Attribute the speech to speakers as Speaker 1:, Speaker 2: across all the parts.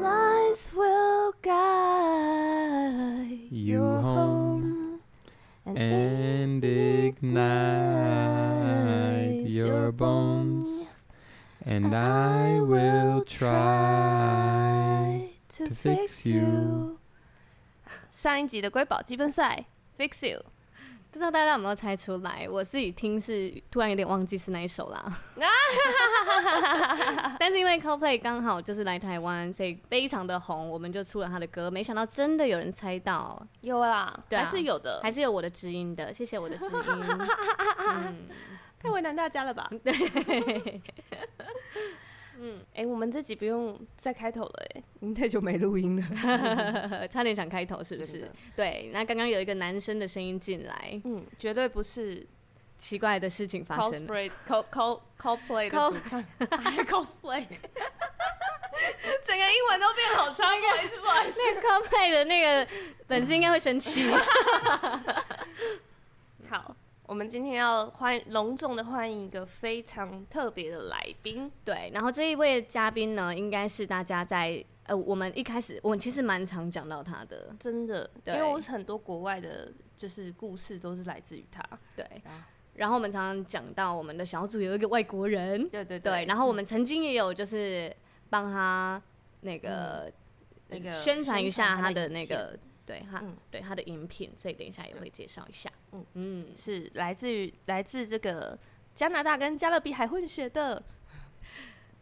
Speaker 1: Lights will guide
Speaker 2: You
Speaker 1: your
Speaker 2: home
Speaker 1: and
Speaker 2: and ignite your bones, and I will try.
Speaker 1: to
Speaker 2: to fix you。
Speaker 1: 上一集的瑰宝积分赛，Fix You。
Speaker 3: 不知道大家有没有猜出来？我自己听是突然有点忘记是哪一首 啦。但是因为 CoPlay 刚好就是来台湾，所以非常的红，我们就出了他的歌。没想到真的有人猜到，
Speaker 1: 有啦，
Speaker 3: 对啊
Speaker 1: 还是有的，
Speaker 3: 还是有我的知音的，谢谢我的知音。嗯，
Speaker 1: 太为难大家了吧？ 对， 嗯，哎、我们这集不用再开头了、哎，你太久没录音了，
Speaker 3: 嗯差点想开头是不
Speaker 1: 真
Speaker 3: 是
Speaker 1: 的？
Speaker 3: 对，那刚刚有一个男生的声音进 来，
Speaker 1: 嗯，绝对不是
Speaker 3: 奇怪的事情发生了。
Speaker 1: cosplay co co cosplay 的
Speaker 3: Co-
Speaker 1: 主唱 哎，cosplay，整个英文都变好长，不好意思，不好意思，
Speaker 3: 那 CoPlay 的那个粉丝应该会生气。
Speaker 1: 好。我们今天要欢隆重的欢迎一个非常特别的来宾，
Speaker 3: 对，然后这一位嘉宾呢，应该是大家在呃，我们一开始我其实蛮常讲到他的，
Speaker 1: 真的，因为
Speaker 3: 对
Speaker 1: 我很多国外的，就是故事都是来自于他。
Speaker 3: 对。然后我们常常讲到我们的小组有一个外国人，
Speaker 1: 对对嗯
Speaker 3: 对，然后我们曾经也有就是帮他那个、
Speaker 1: 嗯那个
Speaker 3: 宣传一下
Speaker 1: 宣传
Speaker 3: 他
Speaker 1: 他的
Speaker 3: 的
Speaker 1: 影
Speaker 3: 那
Speaker 1: 片
Speaker 3: 个对他、
Speaker 1: 嗯
Speaker 3: 对他的影片，所以等一下也会介绍一下。
Speaker 1: 嗯
Speaker 3: 嗯嗯，
Speaker 1: 是来自于来自这个加拿大跟加勒比海混血的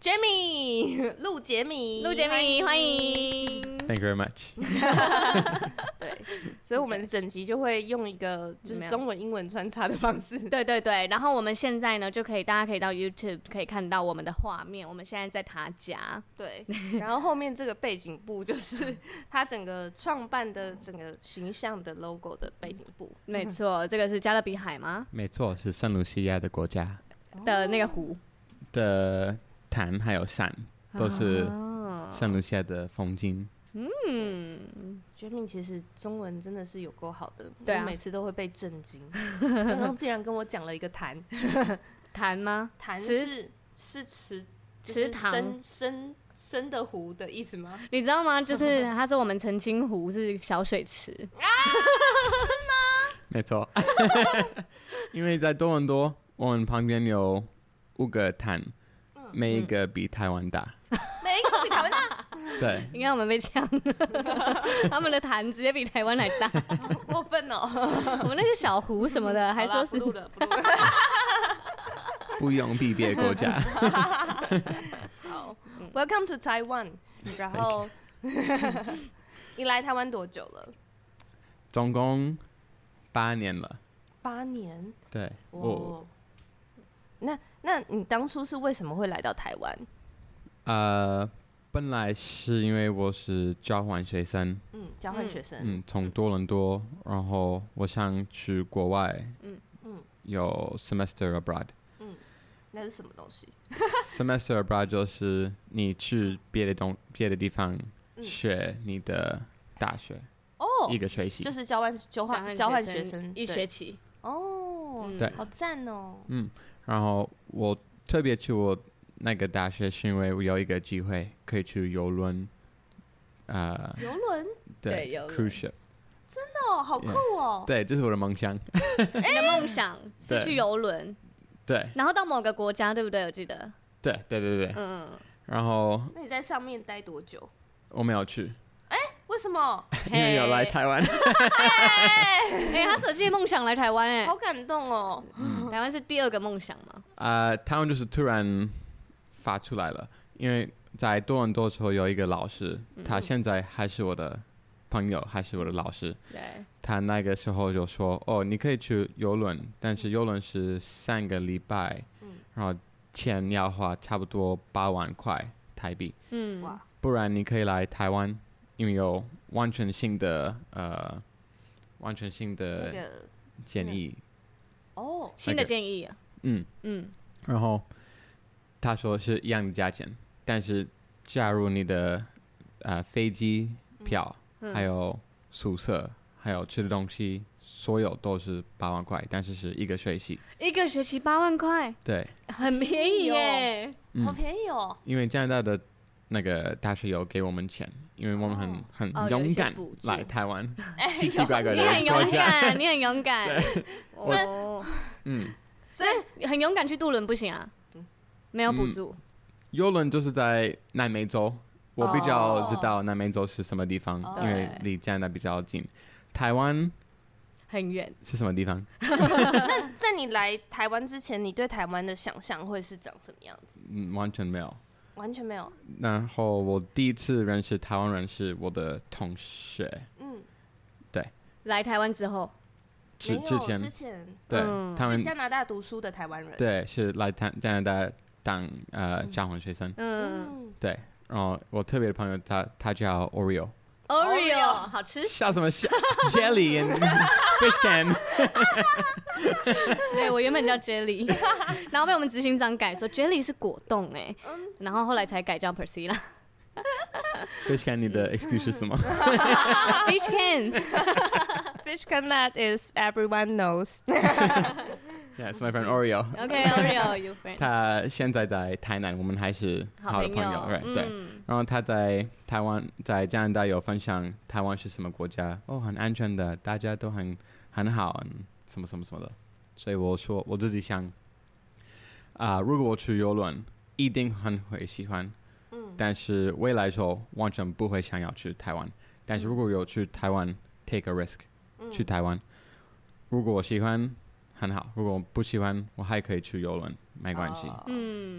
Speaker 1: Jamie 陆杰米，
Speaker 3: 陆杰明欢。迎。
Speaker 2: Thank you very much.
Speaker 1: 对，所以我们整集就会用一个就
Speaker 3: 怎
Speaker 1: 是
Speaker 3: 么样
Speaker 1: 中文英文穿插的方式。
Speaker 3: 对对对，然后我们现在呢就可以，大家可以到 YouTube 可以看到我们的画面。我们现在在他家，
Speaker 1: 对， 然后后面这个背景部 就是他整个创办的整个形象的 logo 的背景部。
Speaker 3: 没错，这个是加勒比海吗？
Speaker 2: 没错，是圣卢西亚的国家
Speaker 3: 的那个
Speaker 1: 哦
Speaker 3: 湖，
Speaker 2: 的潭还有山都是
Speaker 3: 哦
Speaker 2: 圣卢西亚的风景。
Speaker 3: 嗯，
Speaker 1: 绝命其实中文真的是有够好的，
Speaker 3: 对啊
Speaker 1: 我每次都会被震 惊。刚刚竟然跟我讲了一个痰，
Speaker 3: 潭吗？
Speaker 1: 潭
Speaker 3: 池
Speaker 1: 是是池
Speaker 3: 池塘
Speaker 1: 深深深的湖的意思 吗？
Speaker 3: 你知道 吗？就是他说我们澄清湖是小水池，
Speaker 2: 没错， 因为在多伦多，我们旁边有五个潭，每一个比台湾大。
Speaker 1: 每一个比台湾大，
Speaker 2: 对，
Speaker 3: 应该我们被呛了， 他们的潭直接比台湾还大，
Speaker 1: 好过分 哦！
Speaker 3: 我们那个小湖什么的，还
Speaker 1: 好啦不
Speaker 3: 说是
Speaker 1: 录了，不录了。
Speaker 2: 不用避别国家。
Speaker 1: 好，Welcome to Taiwan。然后 你来台湾多久了？
Speaker 2: 总共八年了。
Speaker 1: 八年。
Speaker 2: 对，我
Speaker 1: 哦。那那你当初是为什么会来到台湾？
Speaker 2: 呃，本来是因为我是交换学生，
Speaker 1: 嗯，交换
Speaker 3: 嗯
Speaker 1: 学生。
Speaker 2: 嗯，从多伦多，然后我想去国外，
Speaker 3: 嗯
Speaker 1: 嗯
Speaker 2: 有 semester abroad。
Speaker 1: 那是什么东西？
Speaker 2: semester abroad 就是你去别的东别的地方
Speaker 1: 嗯
Speaker 2: 学你的大学、
Speaker 1: 哦，
Speaker 2: 一个学期
Speaker 1: 就。是交换交换交换学生对
Speaker 3: 一学期，
Speaker 1: 哦，
Speaker 3: 嗯
Speaker 2: 对
Speaker 1: 好赞哦。
Speaker 2: 嗯然后我特别去我那个大学，是因为我有一个机会可以去游轮，呃，
Speaker 1: 游轮
Speaker 3: 对游轮
Speaker 2: cruise ship。
Speaker 1: 哦，好酷哦！
Speaker 2: 对，这是我的梦想。
Speaker 3: 你的梦想是
Speaker 2: 对
Speaker 3: 去游轮，
Speaker 2: 对，
Speaker 3: 然后到某个国家，对不对？我记得，
Speaker 2: 对，对，对，对。
Speaker 3: 嗯，
Speaker 2: 然后
Speaker 1: 那你在上面待多久？
Speaker 2: 我没有去，
Speaker 1: 为什么？
Speaker 2: 因为有来台湾。
Speaker 3: 哎，他舍弃梦想来台湾，哎
Speaker 1: 好，感动哦！
Speaker 3: 台湾是第二个梦想嘛？
Speaker 2: 啊，台湾就是突然发出来了，因为在多伦多的时候有一个老师，
Speaker 3: 嗯
Speaker 2: 他现在还是我的朋友，还是我的老师。
Speaker 3: 对，
Speaker 2: 他那个时候就说：“哦，你可以去游轮，但是游轮是三个礼拜，
Speaker 1: 嗯
Speaker 2: 然后钱要花差不多八万块台币，
Speaker 3: 嗯，
Speaker 1: 哇
Speaker 2: 不然你可以来台湾，因为有完全性的呃完全性
Speaker 1: 那
Speaker 2: 的
Speaker 1: 个
Speaker 2: 建
Speaker 1: 那
Speaker 2: 议，
Speaker 1: 哦，
Speaker 3: 新的建议啊，
Speaker 2: 嗯，
Speaker 3: 嗯，
Speaker 2: 然后他说是一样的价钱，但是假如你的呃飞机票、
Speaker 3: 嗯
Speaker 2: 还有宿舍还有吃的东西，所有都是八万块，但是是一个学期。
Speaker 3: 一个学期八万块，
Speaker 2: 对，
Speaker 3: 很便宜耶。
Speaker 1: 好
Speaker 2: 嗯，
Speaker 1: 便宜哦，
Speaker 2: 因为加拿大的那个大学有给我们钱，因为我们很、
Speaker 1: 哦
Speaker 3: 哦
Speaker 2: 很
Speaker 3: 有一
Speaker 2: 勇
Speaker 3: 些
Speaker 2: 敢
Speaker 3: 补助
Speaker 2: 来台湾，
Speaker 1: 哎
Speaker 2: 奇奇怪怪
Speaker 3: 你
Speaker 2: 的
Speaker 3: 很
Speaker 2: 国
Speaker 3: 勇
Speaker 2: 家。
Speaker 3: 敢，你很勇 敢，哦，
Speaker 2: 嗯，
Speaker 3: 所以很勇敢去渡轮不行啊，没有补
Speaker 2: 嗯
Speaker 3: 助，
Speaker 2: 游轮就是在南美洲，我比较知道南美洲是什么地方，
Speaker 1: 哦
Speaker 2: 因为离加拿大比较近。台湾
Speaker 3: 很远。
Speaker 2: 是什么地方？
Speaker 1: 那在你来台湾之前，你对台湾的想象会是长什么样子？
Speaker 2: 嗯，完全没有。
Speaker 1: 完全没有。
Speaker 2: 然后我第一次认识台湾人是我的同学，
Speaker 1: 嗯，
Speaker 3: 来台湾之后，
Speaker 2: 之
Speaker 1: 没有
Speaker 2: 之前
Speaker 1: 之前
Speaker 2: 对、
Speaker 3: 嗯
Speaker 2: 他
Speaker 1: 去
Speaker 2: 们
Speaker 1: 加拿大读书的台湾人，
Speaker 2: 对是来台加拿大当呃交换学生，
Speaker 3: 嗯
Speaker 1: 嗯，
Speaker 2: 对。然后我特别的朋友他他叫 Oreo，，
Speaker 3: ，Oreo 好吃
Speaker 2: 笑什么笑？Jelly and fish can，
Speaker 3: 对我原本叫 Jelly，然后被我们执行长改说 Jelly 是果冻哎，
Speaker 1: 嗯
Speaker 3: 然后后来才改叫 Persila
Speaker 2: fish can 你的 excuse 是什么？
Speaker 3: Fish Can，
Speaker 1: Fish can that is everyone knows。
Speaker 2: Yes, my friend Oreo.
Speaker 3: OK Oreo you friend，
Speaker 2: 他现在在台南，我们还是好的
Speaker 3: 朋
Speaker 2: 朋友，right，对。
Speaker 3: 嗯，
Speaker 2: 然后他在台湾，在加拿大有分享台湾是什么国家，哦，很安全的，大家都很很好，很什么什么什么的。所以我说我自己想，啊、如果我去游轮，一定很会喜欢，
Speaker 1: 嗯，
Speaker 2: 但是未来说完全不会想要去台湾。但是如果有去台湾，take a risk，
Speaker 1: 嗯
Speaker 2: 去台湾。如果我喜欢，很好；如果我不喜欢，我还可以去游轮，没关系。
Speaker 1: 哦
Speaker 3: 嗯，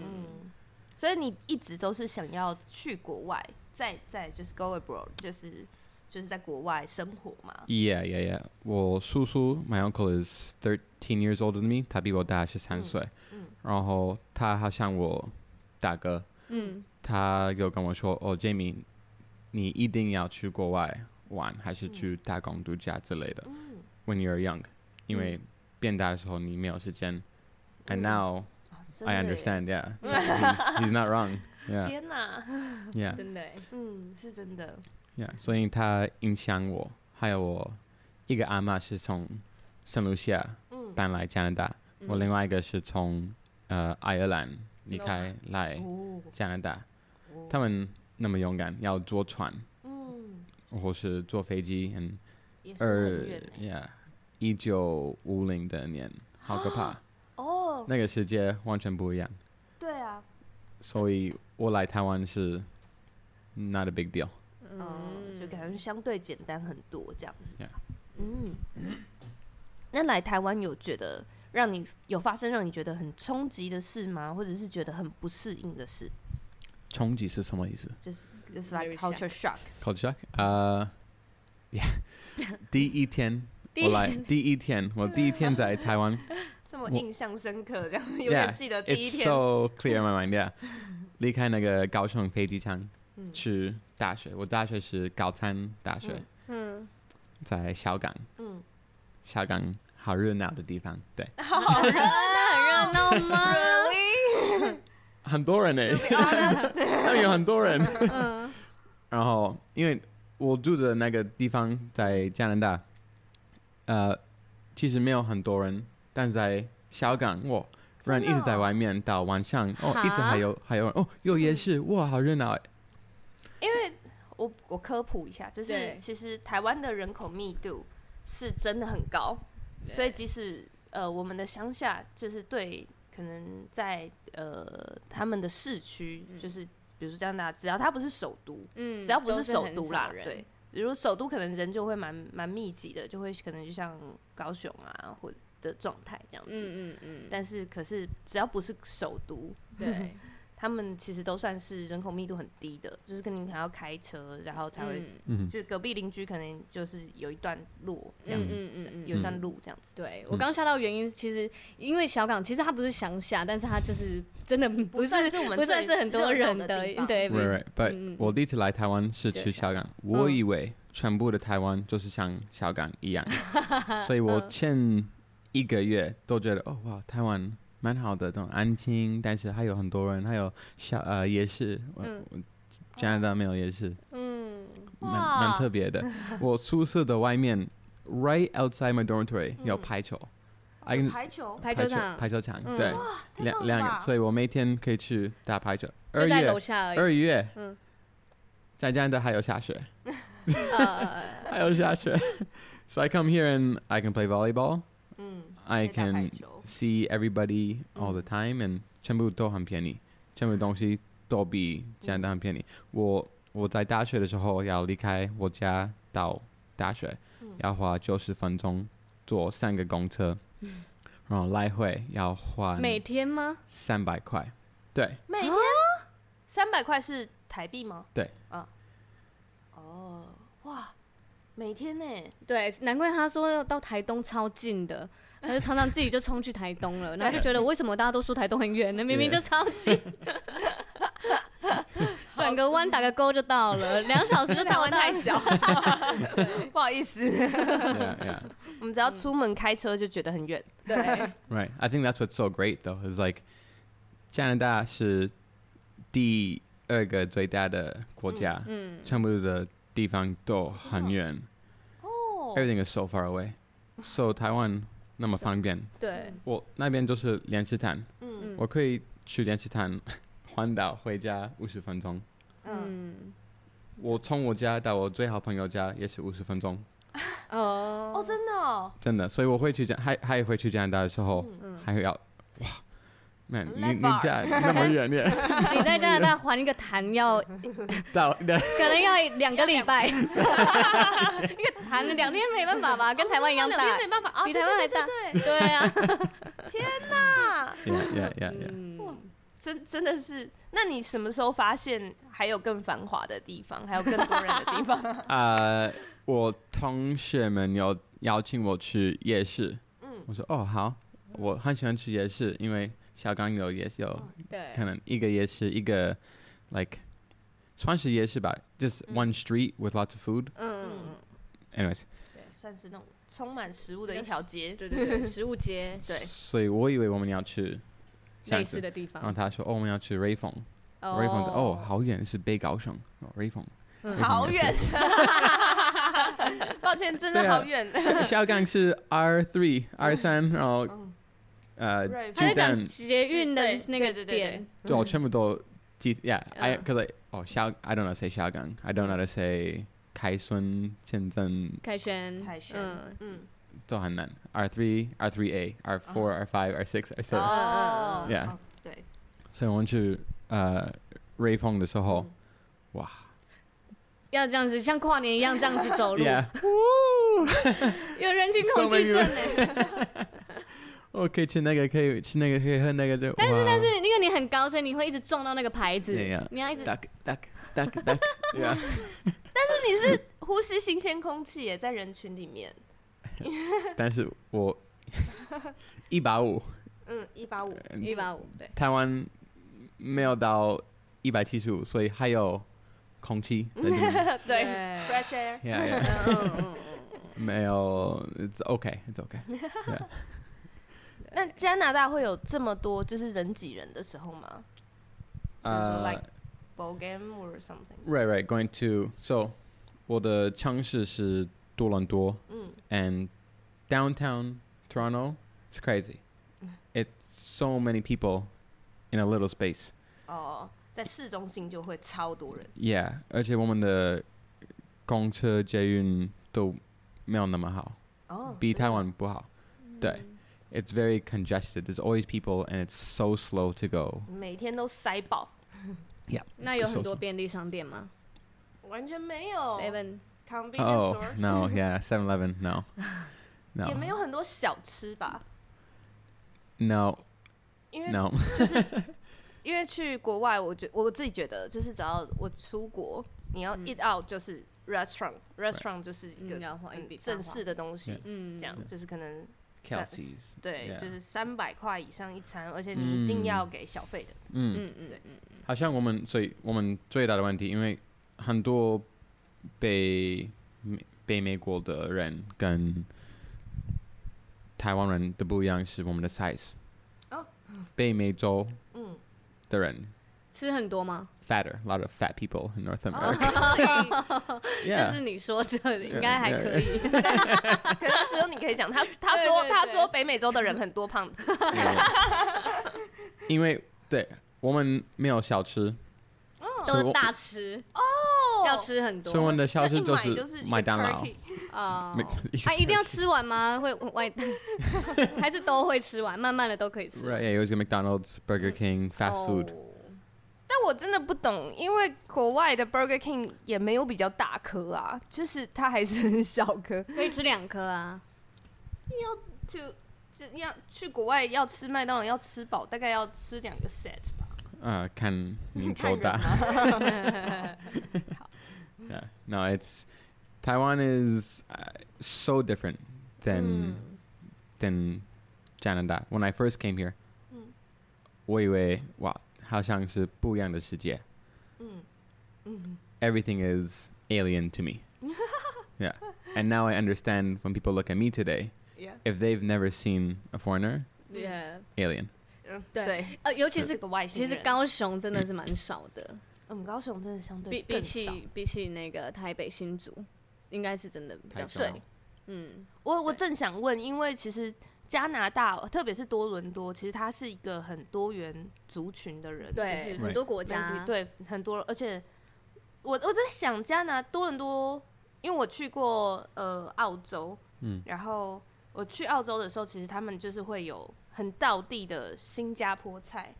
Speaker 1: 嗯，所以你一直都是想要去国外，再再就是 go abroad，就是就是在国外生活嘛。
Speaker 2: Yeah, yeah, yeah. 我叔叔，my uncle is thirteen years older than me，他比我大十三岁。
Speaker 1: 嗯
Speaker 2: 然后他好像我大哥，
Speaker 3: 嗯，
Speaker 2: 他有跟我说：“哦，Jamie，你一定要去国外玩，还是去打工度假之类的。
Speaker 1: 嗯，
Speaker 2: When you're young，因为变大的时候你没有时间。And
Speaker 1: 嗯
Speaker 2: now
Speaker 1: 哦
Speaker 2: I。
Speaker 1: 真的耶
Speaker 2: understand. Yeah, he's, he's not wrong. Yeah,
Speaker 1: 天哪，
Speaker 2: yeah.
Speaker 3: 真的欸耶，
Speaker 1: 嗯，是真的。
Speaker 2: Yeah，所以它影响我，还有我一个阿嬷是从圣卢西亚
Speaker 1: 嗯
Speaker 2: 搬来加拿大，我另外一个是从呃爱尔兰离开来
Speaker 1: 哦，
Speaker 2: 加拿大，
Speaker 1: 哦
Speaker 2: 他们那么勇敢，要坐船
Speaker 1: 嗯，
Speaker 2: 或是坐飞机，嗯，
Speaker 1: 也是
Speaker 2: 二
Speaker 1: 很远欸
Speaker 2: Yeah，一九五零的年，好可怕，
Speaker 1: 哦，
Speaker 2: 那个世界完全不一样，
Speaker 1: 对啊，
Speaker 2: 所以我来台湾是 not a big deal。
Speaker 1: 嗯，就
Speaker 3: 嗯，
Speaker 1: 感觉相对简单很多这样子
Speaker 2: Yeah.。
Speaker 1: 嗯，那来台湾有觉得让你有发生让你觉得很冲击的事吗？或者是觉得很不适应的事？
Speaker 2: 冲击是什么意思？
Speaker 1: 就是就是
Speaker 3: Very
Speaker 1: like culture shock。
Speaker 2: Culture shock？呃、y 第一天
Speaker 3: 第一
Speaker 2: 我来，第一天我第一天 E 在台湾
Speaker 1: 这么
Speaker 2: 我
Speaker 1: 印象深刻，这样永
Speaker 2: Yeah,
Speaker 1: 远记得第一
Speaker 2: ，It's
Speaker 1: 天。
Speaker 2: so clear in my mind。Yeah，离开那个高雄飞机场
Speaker 1: 嗯
Speaker 2: 去大学，我大学是高三大学，
Speaker 3: 嗯，
Speaker 2: 在小港，
Speaker 1: 嗯，
Speaker 2: 小港好热闹的地方，对，
Speaker 1: 好哦热
Speaker 3: 那很热 闹吗？
Speaker 2: 很多人呢、
Speaker 1: honest，
Speaker 2: 那有很多人。然后，因为我住的那个地方在加拿大，呃，其实没有很多人，但在小港，哇，人一直在外面到晚上，哦，
Speaker 3: 哈
Speaker 2: 一直还有还有人，哦，有夜市，哇，好热闹欸！
Speaker 1: 因为我我科普一下，就是
Speaker 3: 对
Speaker 1: 其实台湾的人口密度是真的很高，
Speaker 3: 对
Speaker 1: 所以即使呃我们的乡下就是对可能在呃他们的市区，就是比如说加拿大，只要它不是首都，
Speaker 3: 嗯，
Speaker 1: 只要不
Speaker 3: 都
Speaker 1: 是
Speaker 3: 是
Speaker 1: 首
Speaker 3: 很
Speaker 1: 都
Speaker 3: 少
Speaker 1: 啦，
Speaker 3: 人
Speaker 1: 对。比如首都可能人就会蛮蛮密集的，就会可能就像高雄啊或的状态这样子。
Speaker 3: 嗯嗯嗯，
Speaker 1: 但是可是只要不是首都，
Speaker 3: 对，
Speaker 4: 他们其实都算是人口密度很低的，就是可能你还要开车，然后才会、
Speaker 3: 嗯
Speaker 2: 嗯
Speaker 4: 就隔壁邻居可能就是有一段路这样
Speaker 3: 嗯
Speaker 4: 子，
Speaker 3: 嗯嗯嗯，
Speaker 4: 有一段路这样子。
Speaker 3: 对
Speaker 2: 嗯
Speaker 3: 我刚吓到的原因，其实因为小港其实它不是乡下，但是它就是真的不是
Speaker 4: 算是我们
Speaker 3: 不算
Speaker 4: 最
Speaker 3: 是很多
Speaker 4: 热闹
Speaker 3: 人
Speaker 4: 的
Speaker 3: 的
Speaker 4: 地方，
Speaker 3: 对，
Speaker 2: ，right right，but、
Speaker 3: 嗯嗯
Speaker 2: 我第一次来台湾是去香港，
Speaker 3: 嗯
Speaker 2: 我以为全部的台湾就是像香港 一样，所以我前一个月都觉得哦哇，台湾蛮好的，这种安静，但是还有很多人，还有小呃夜市，我
Speaker 3: 嗯
Speaker 2: 我加拿大没有夜市，
Speaker 3: 嗯，
Speaker 2: 蛮
Speaker 4: 哇
Speaker 2: 蛮特别的。我宿舍的外面，right outside my dormitory 有排球。I can-
Speaker 5: 排
Speaker 4: 嗯
Speaker 5: 球，
Speaker 3: 嗯排球场
Speaker 2: 排球场，
Speaker 3: 嗯
Speaker 2: 对
Speaker 3: 哇，
Speaker 5: 太棒
Speaker 2: 两
Speaker 5: 了
Speaker 2: 两个
Speaker 5: 吧，
Speaker 2: 所以我每天可以去打排球。二
Speaker 3: 就在
Speaker 2: 月
Speaker 3: 楼下而已。
Speaker 2: 二月，
Speaker 3: 嗯
Speaker 2: 在加拿大还有下雪，
Speaker 3: 呃，
Speaker 2: 还有下雪。so I come here and I can play volleyball.
Speaker 4: 嗯，
Speaker 2: I
Speaker 5: 可以打排
Speaker 2: can
Speaker 5: 球
Speaker 2: see everybody all the time, and 全部都很便宜，全部东西都比加拿大很便宜。我我在大学的时候要离开我家到大学，要花九十分钟坐三个公车，然后来回要花
Speaker 3: 每天吗？
Speaker 2: 三百块。对，
Speaker 4: 每天啊三百块是台币吗？
Speaker 2: 对，
Speaker 4: 啊，哦，哇，每天呢、
Speaker 3: 对，难怪他说要到台东超近的，他就常常自己就冲去台东了，然后就觉得为什么大家都说台东很远呢？明明就超 近，转个弯打个勾就到了，两小时就
Speaker 4: 台
Speaker 3: 到
Speaker 4: 湾
Speaker 3: 了。
Speaker 4: 太小，不好意思，
Speaker 2: yeah, yeah.
Speaker 4: 我们只要出门开车就觉得很远。
Speaker 3: 对，
Speaker 2: Right. I think that's what's so great though is like Canada 是第二个最大的国家，
Speaker 3: 嗯，
Speaker 2: 全部的地方都很远、
Speaker 4: 哦
Speaker 2: e v e r y t h i n g is so far away. So 台湾那么方便，
Speaker 3: 对，
Speaker 2: 我那边就是莲池潭，
Speaker 4: 嗯
Speaker 3: 嗯
Speaker 2: 我可以去莲池潭 环岛回家五十分钟。
Speaker 4: 嗯，
Speaker 3: 嗯，
Speaker 2: 我从我家到我最好朋友家也是五十分钟，
Speaker 3: 哦，
Speaker 4: 哦，真的哦，
Speaker 2: 真的。所以我会去加，还还回去加拿大的时候，
Speaker 3: 嗯
Speaker 2: 还会要哇，那你你
Speaker 4: Level
Speaker 2: 家那么远耶，
Speaker 3: 你在加拿大还一个坛要，可
Speaker 2: 到的
Speaker 3: 能要两个礼拜，一个坛两天没办法吧，跟台湾一样
Speaker 4: 哦那
Speaker 3: 大
Speaker 4: 两，天没办法啊，
Speaker 3: 比
Speaker 4: 对
Speaker 3: 台湾还大，对啊，
Speaker 4: 啊，
Speaker 2: ，yeah yeah yeah yeah。
Speaker 3: 嗯，
Speaker 4: 真真的是。那你什么时候发现还有更繁华的地方，还有更多人的地 方？
Speaker 2: 呃，我同学们有邀请我去夜市，
Speaker 4: 嗯
Speaker 2: 我说哦好，我很喜欢去夜市，因为小港有夜市，有可
Speaker 3: 对，
Speaker 2: 能一个夜市一个 like 算是夜市吧，just one street with lots of food.
Speaker 3: 嗯，
Speaker 2: Anyways，
Speaker 4: 算是那种充满食物的一条街，
Speaker 3: 对 对对，食物街
Speaker 4: 对，
Speaker 2: 所以我以为我们要去巷
Speaker 3: 类似
Speaker 2: 子，
Speaker 3: 的地
Speaker 2: 然后
Speaker 3: 方，
Speaker 2: 他说哦我们要去瑞丰，瑞丰的哦，好远是北高雄，哦瑞丰
Speaker 3: 嗯
Speaker 4: 好远，抱歉，真
Speaker 2: 对
Speaker 4: 的
Speaker 2: 啊
Speaker 4: 好远。
Speaker 2: 小小港是 R three R oh, uh, 三，然后
Speaker 4: 嗯
Speaker 2: 呃
Speaker 4: 瑞
Speaker 3: 他在
Speaker 2: 巨
Speaker 3: 讲
Speaker 2: 蛋
Speaker 3: 捷运的那
Speaker 4: 对
Speaker 3: 个
Speaker 4: 对对对
Speaker 3: 点，
Speaker 2: So Chembo do yeah, I
Speaker 3: Uh.
Speaker 2: because I oh Xiao I don't know how to say Xiaogang. I don't know how to say Kaisun, Shenzhen,
Speaker 3: 凯旋，
Speaker 4: 凯旋
Speaker 3: 嗯
Speaker 4: 嗯，
Speaker 2: Dohannan. R three, R three A, R four, R five, R six, R seven.
Speaker 1: Oh,
Speaker 4: 哦
Speaker 2: Yeah
Speaker 4: 哦对，
Speaker 2: So I want to uh Ray Fong the Soho.
Speaker 3: 要这样子像跨年一样这样子走路，
Speaker 2: Yeah.
Speaker 3: 有人群
Speaker 2: So
Speaker 3: 恐惧
Speaker 2: many
Speaker 3: 症哎。
Speaker 2: Okay, Chinega K Chinega K her nega.
Speaker 3: 但是因为你很高，所以你会一直撞到那个牌子
Speaker 2: Yeah, yeah.
Speaker 3: 你要一直
Speaker 2: duck duck duck duck. Yeah.
Speaker 4: 但是你是呼吸新鲜空气耶，在人群里面，
Speaker 2: That's well 150.
Speaker 4: 嗯，一八五，
Speaker 3: 一八五，对，
Speaker 2: 台湾没有到一百七十五，所以还有空气在这里。
Speaker 3: 对
Speaker 4: 对，fresh air，
Speaker 2: yeah, yeah.
Speaker 3: 嗯嗯
Speaker 4: Oh.
Speaker 3: 嗯嗯
Speaker 2: 没有，it's okay, it's okay.
Speaker 4: 那加拿大会有这么多就是人挤人的时候吗？
Speaker 2: 呃、
Speaker 4: Like- b o g a m or something？
Speaker 2: Uh, right, right. Going to so 我的城市是多伦多
Speaker 4: 嗯，
Speaker 2: ，and downtown Toronto is crazy. It's so many people in a little space.
Speaker 4: 哦，在市中心就会超多人。
Speaker 2: Yeah，而且我们的公车、捷运都没有那么好。
Speaker 4: 哦，
Speaker 2: 比台湾不好。对，It's very congested. There's always people, and it's so slow to go.
Speaker 4: 每天都塞爆，
Speaker 3: 那有很多便利商店吗
Speaker 4: 完全没有
Speaker 3: ？Seven，
Speaker 4: convenience
Speaker 2: Oh
Speaker 4: store，、
Speaker 2: no, yeah, 7-Eleven, no,
Speaker 4: 也没
Speaker 2: no,
Speaker 4: 有很多小吃吧，
Speaker 2: no,
Speaker 4: 因为
Speaker 2: no.
Speaker 4: 就是因为去国外，我觉我自己觉得，就是只要我出国，你要 eat out 就是 restaurant，restaurant、就是一
Speaker 3: 嗯
Speaker 4: 个
Speaker 3: 要花硬币
Speaker 4: 很正式的东西
Speaker 2: Yeah
Speaker 3: 嗯
Speaker 4: 这样就是可能三
Speaker 2: Kelsey's，
Speaker 4: 对
Speaker 2: Yeah
Speaker 4: 就是三百块以上一餐，而且你一定要给小费的。
Speaker 2: 嗯，
Speaker 4: Mm.
Speaker 3: 嗯嗯嗯，
Speaker 2: Mm. 好像我们所以我们最大的问题，因为很多北美北美国的人跟台湾人的不一样是我们的 size，
Speaker 4: 哦
Speaker 2: 北美洲
Speaker 4: 嗯，
Speaker 2: 的人
Speaker 3: 吃很多吗？
Speaker 2: fatter, a lot of fat people in North
Speaker 4: 哦
Speaker 2: America，、
Speaker 4: 可以，
Speaker 3: 就
Speaker 2: yeah，
Speaker 3: 是你说这里应该还可以，
Speaker 4: 可是只有你可以讲。他他说
Speaker 3: 对对对
Speaker 4: 他说北美洲的人很多 胖子，
Speaker 2: 因为对我们没有小吃，
Speaker 3: 都是大吃，
Speaker 4: 哦
Speaker 3: 要吃很
Speaker 2: 所以我
Speaker 3: 多
Speaker 2: 们的小
Speaker 4: 那
Speaker 2: 吃
Speaker 4: 一买
Speaker 2: 是
Speaker 4: 就是一个
Speaker 2: 麦当劳
Speaker 4: turkey
Speaker 3: 啊
Speaker 2: 没。
Speaker 3: 啊，一定要吃完吗？会 外带，还是都会吃完？慢慢的都可以吃。
Speaker 2: ，right？Yeah，有一个 McDonald's、Burger
Speaker 4: Oh.
Speaker 2: King、fast food，、
Speaker 3: 哦
Speaker 4: 但我真的不懂，因为国外的 Burger King 也没有比较大颗啊，就是它还是很小颗。
Speaker 3: 可以吃两颗啊。
Speaker 4: 就就要去国外要吃麦当劳要吃饱，大概要吃两个 set 吧。
Speaker 2: 呃，Uh, 看你
Speaker 4: 看
Speaker 2: 多
Speaker 4: 人
Speaker 2: 大。
Speaker 4: 啊
Speaker 2: Yeah. No, it's Taiwan is uh, so different than
Speaker 3: 嗯
Speaker 2: than Canada. When I first came here,
Speaker 4: 嗯。
Speaker 2: 我以为哇，好像是不一样的世界。
Speaker 4: 嗯嗯
Speaker 2: Everything is alien to me. yeah, and now I understand when people look at me today,
Speaker 4: ，Yeah，
Speaker 2: if they've never seen a foreigner,
Speaker 3: Yeah，
Speaker 2: alien.
Speaker 4: 嗯
Speaker 3: 对
Speaker 4: 对，
Speaker 3: 呃，尤其
Speaker 4: 是
Speaker 3: 是
Speaker 4: 个外星
Speaker 3: 其
Speaker 4: 人。
Speaker 3: 实高雄真的是蛮少的，
Speaker 4: 我们嗯高雄真的相
Speaker 3: 比
Speaker 4: 对
Speaker 3: 比
Speaker 4: 更少。
Speaker 3: 起比起那个台北新竹，应该是真的比较
Speaker 2: 台
Speaker 3: 少
Speaker 2: 中。
Speaker 3: 嗯，
Speaker 4: 我我
Speaker 3: 对
Speaker 4: 正想问，因为其实加拿大，特别是多伦多，其实它是一个很多元族群的人，就
Speaker 3: 对，
Speaker 4: 是
Speaker 3: 很多国家，
Speaker 4: 对很多，而且我我在想加拿多伦多，因为我去过呃澳洲，
Speaker 2: 嗯，
Speaker 4: 然后我去澳洲的时候，其实他们就是会有很道地的新加坡菜，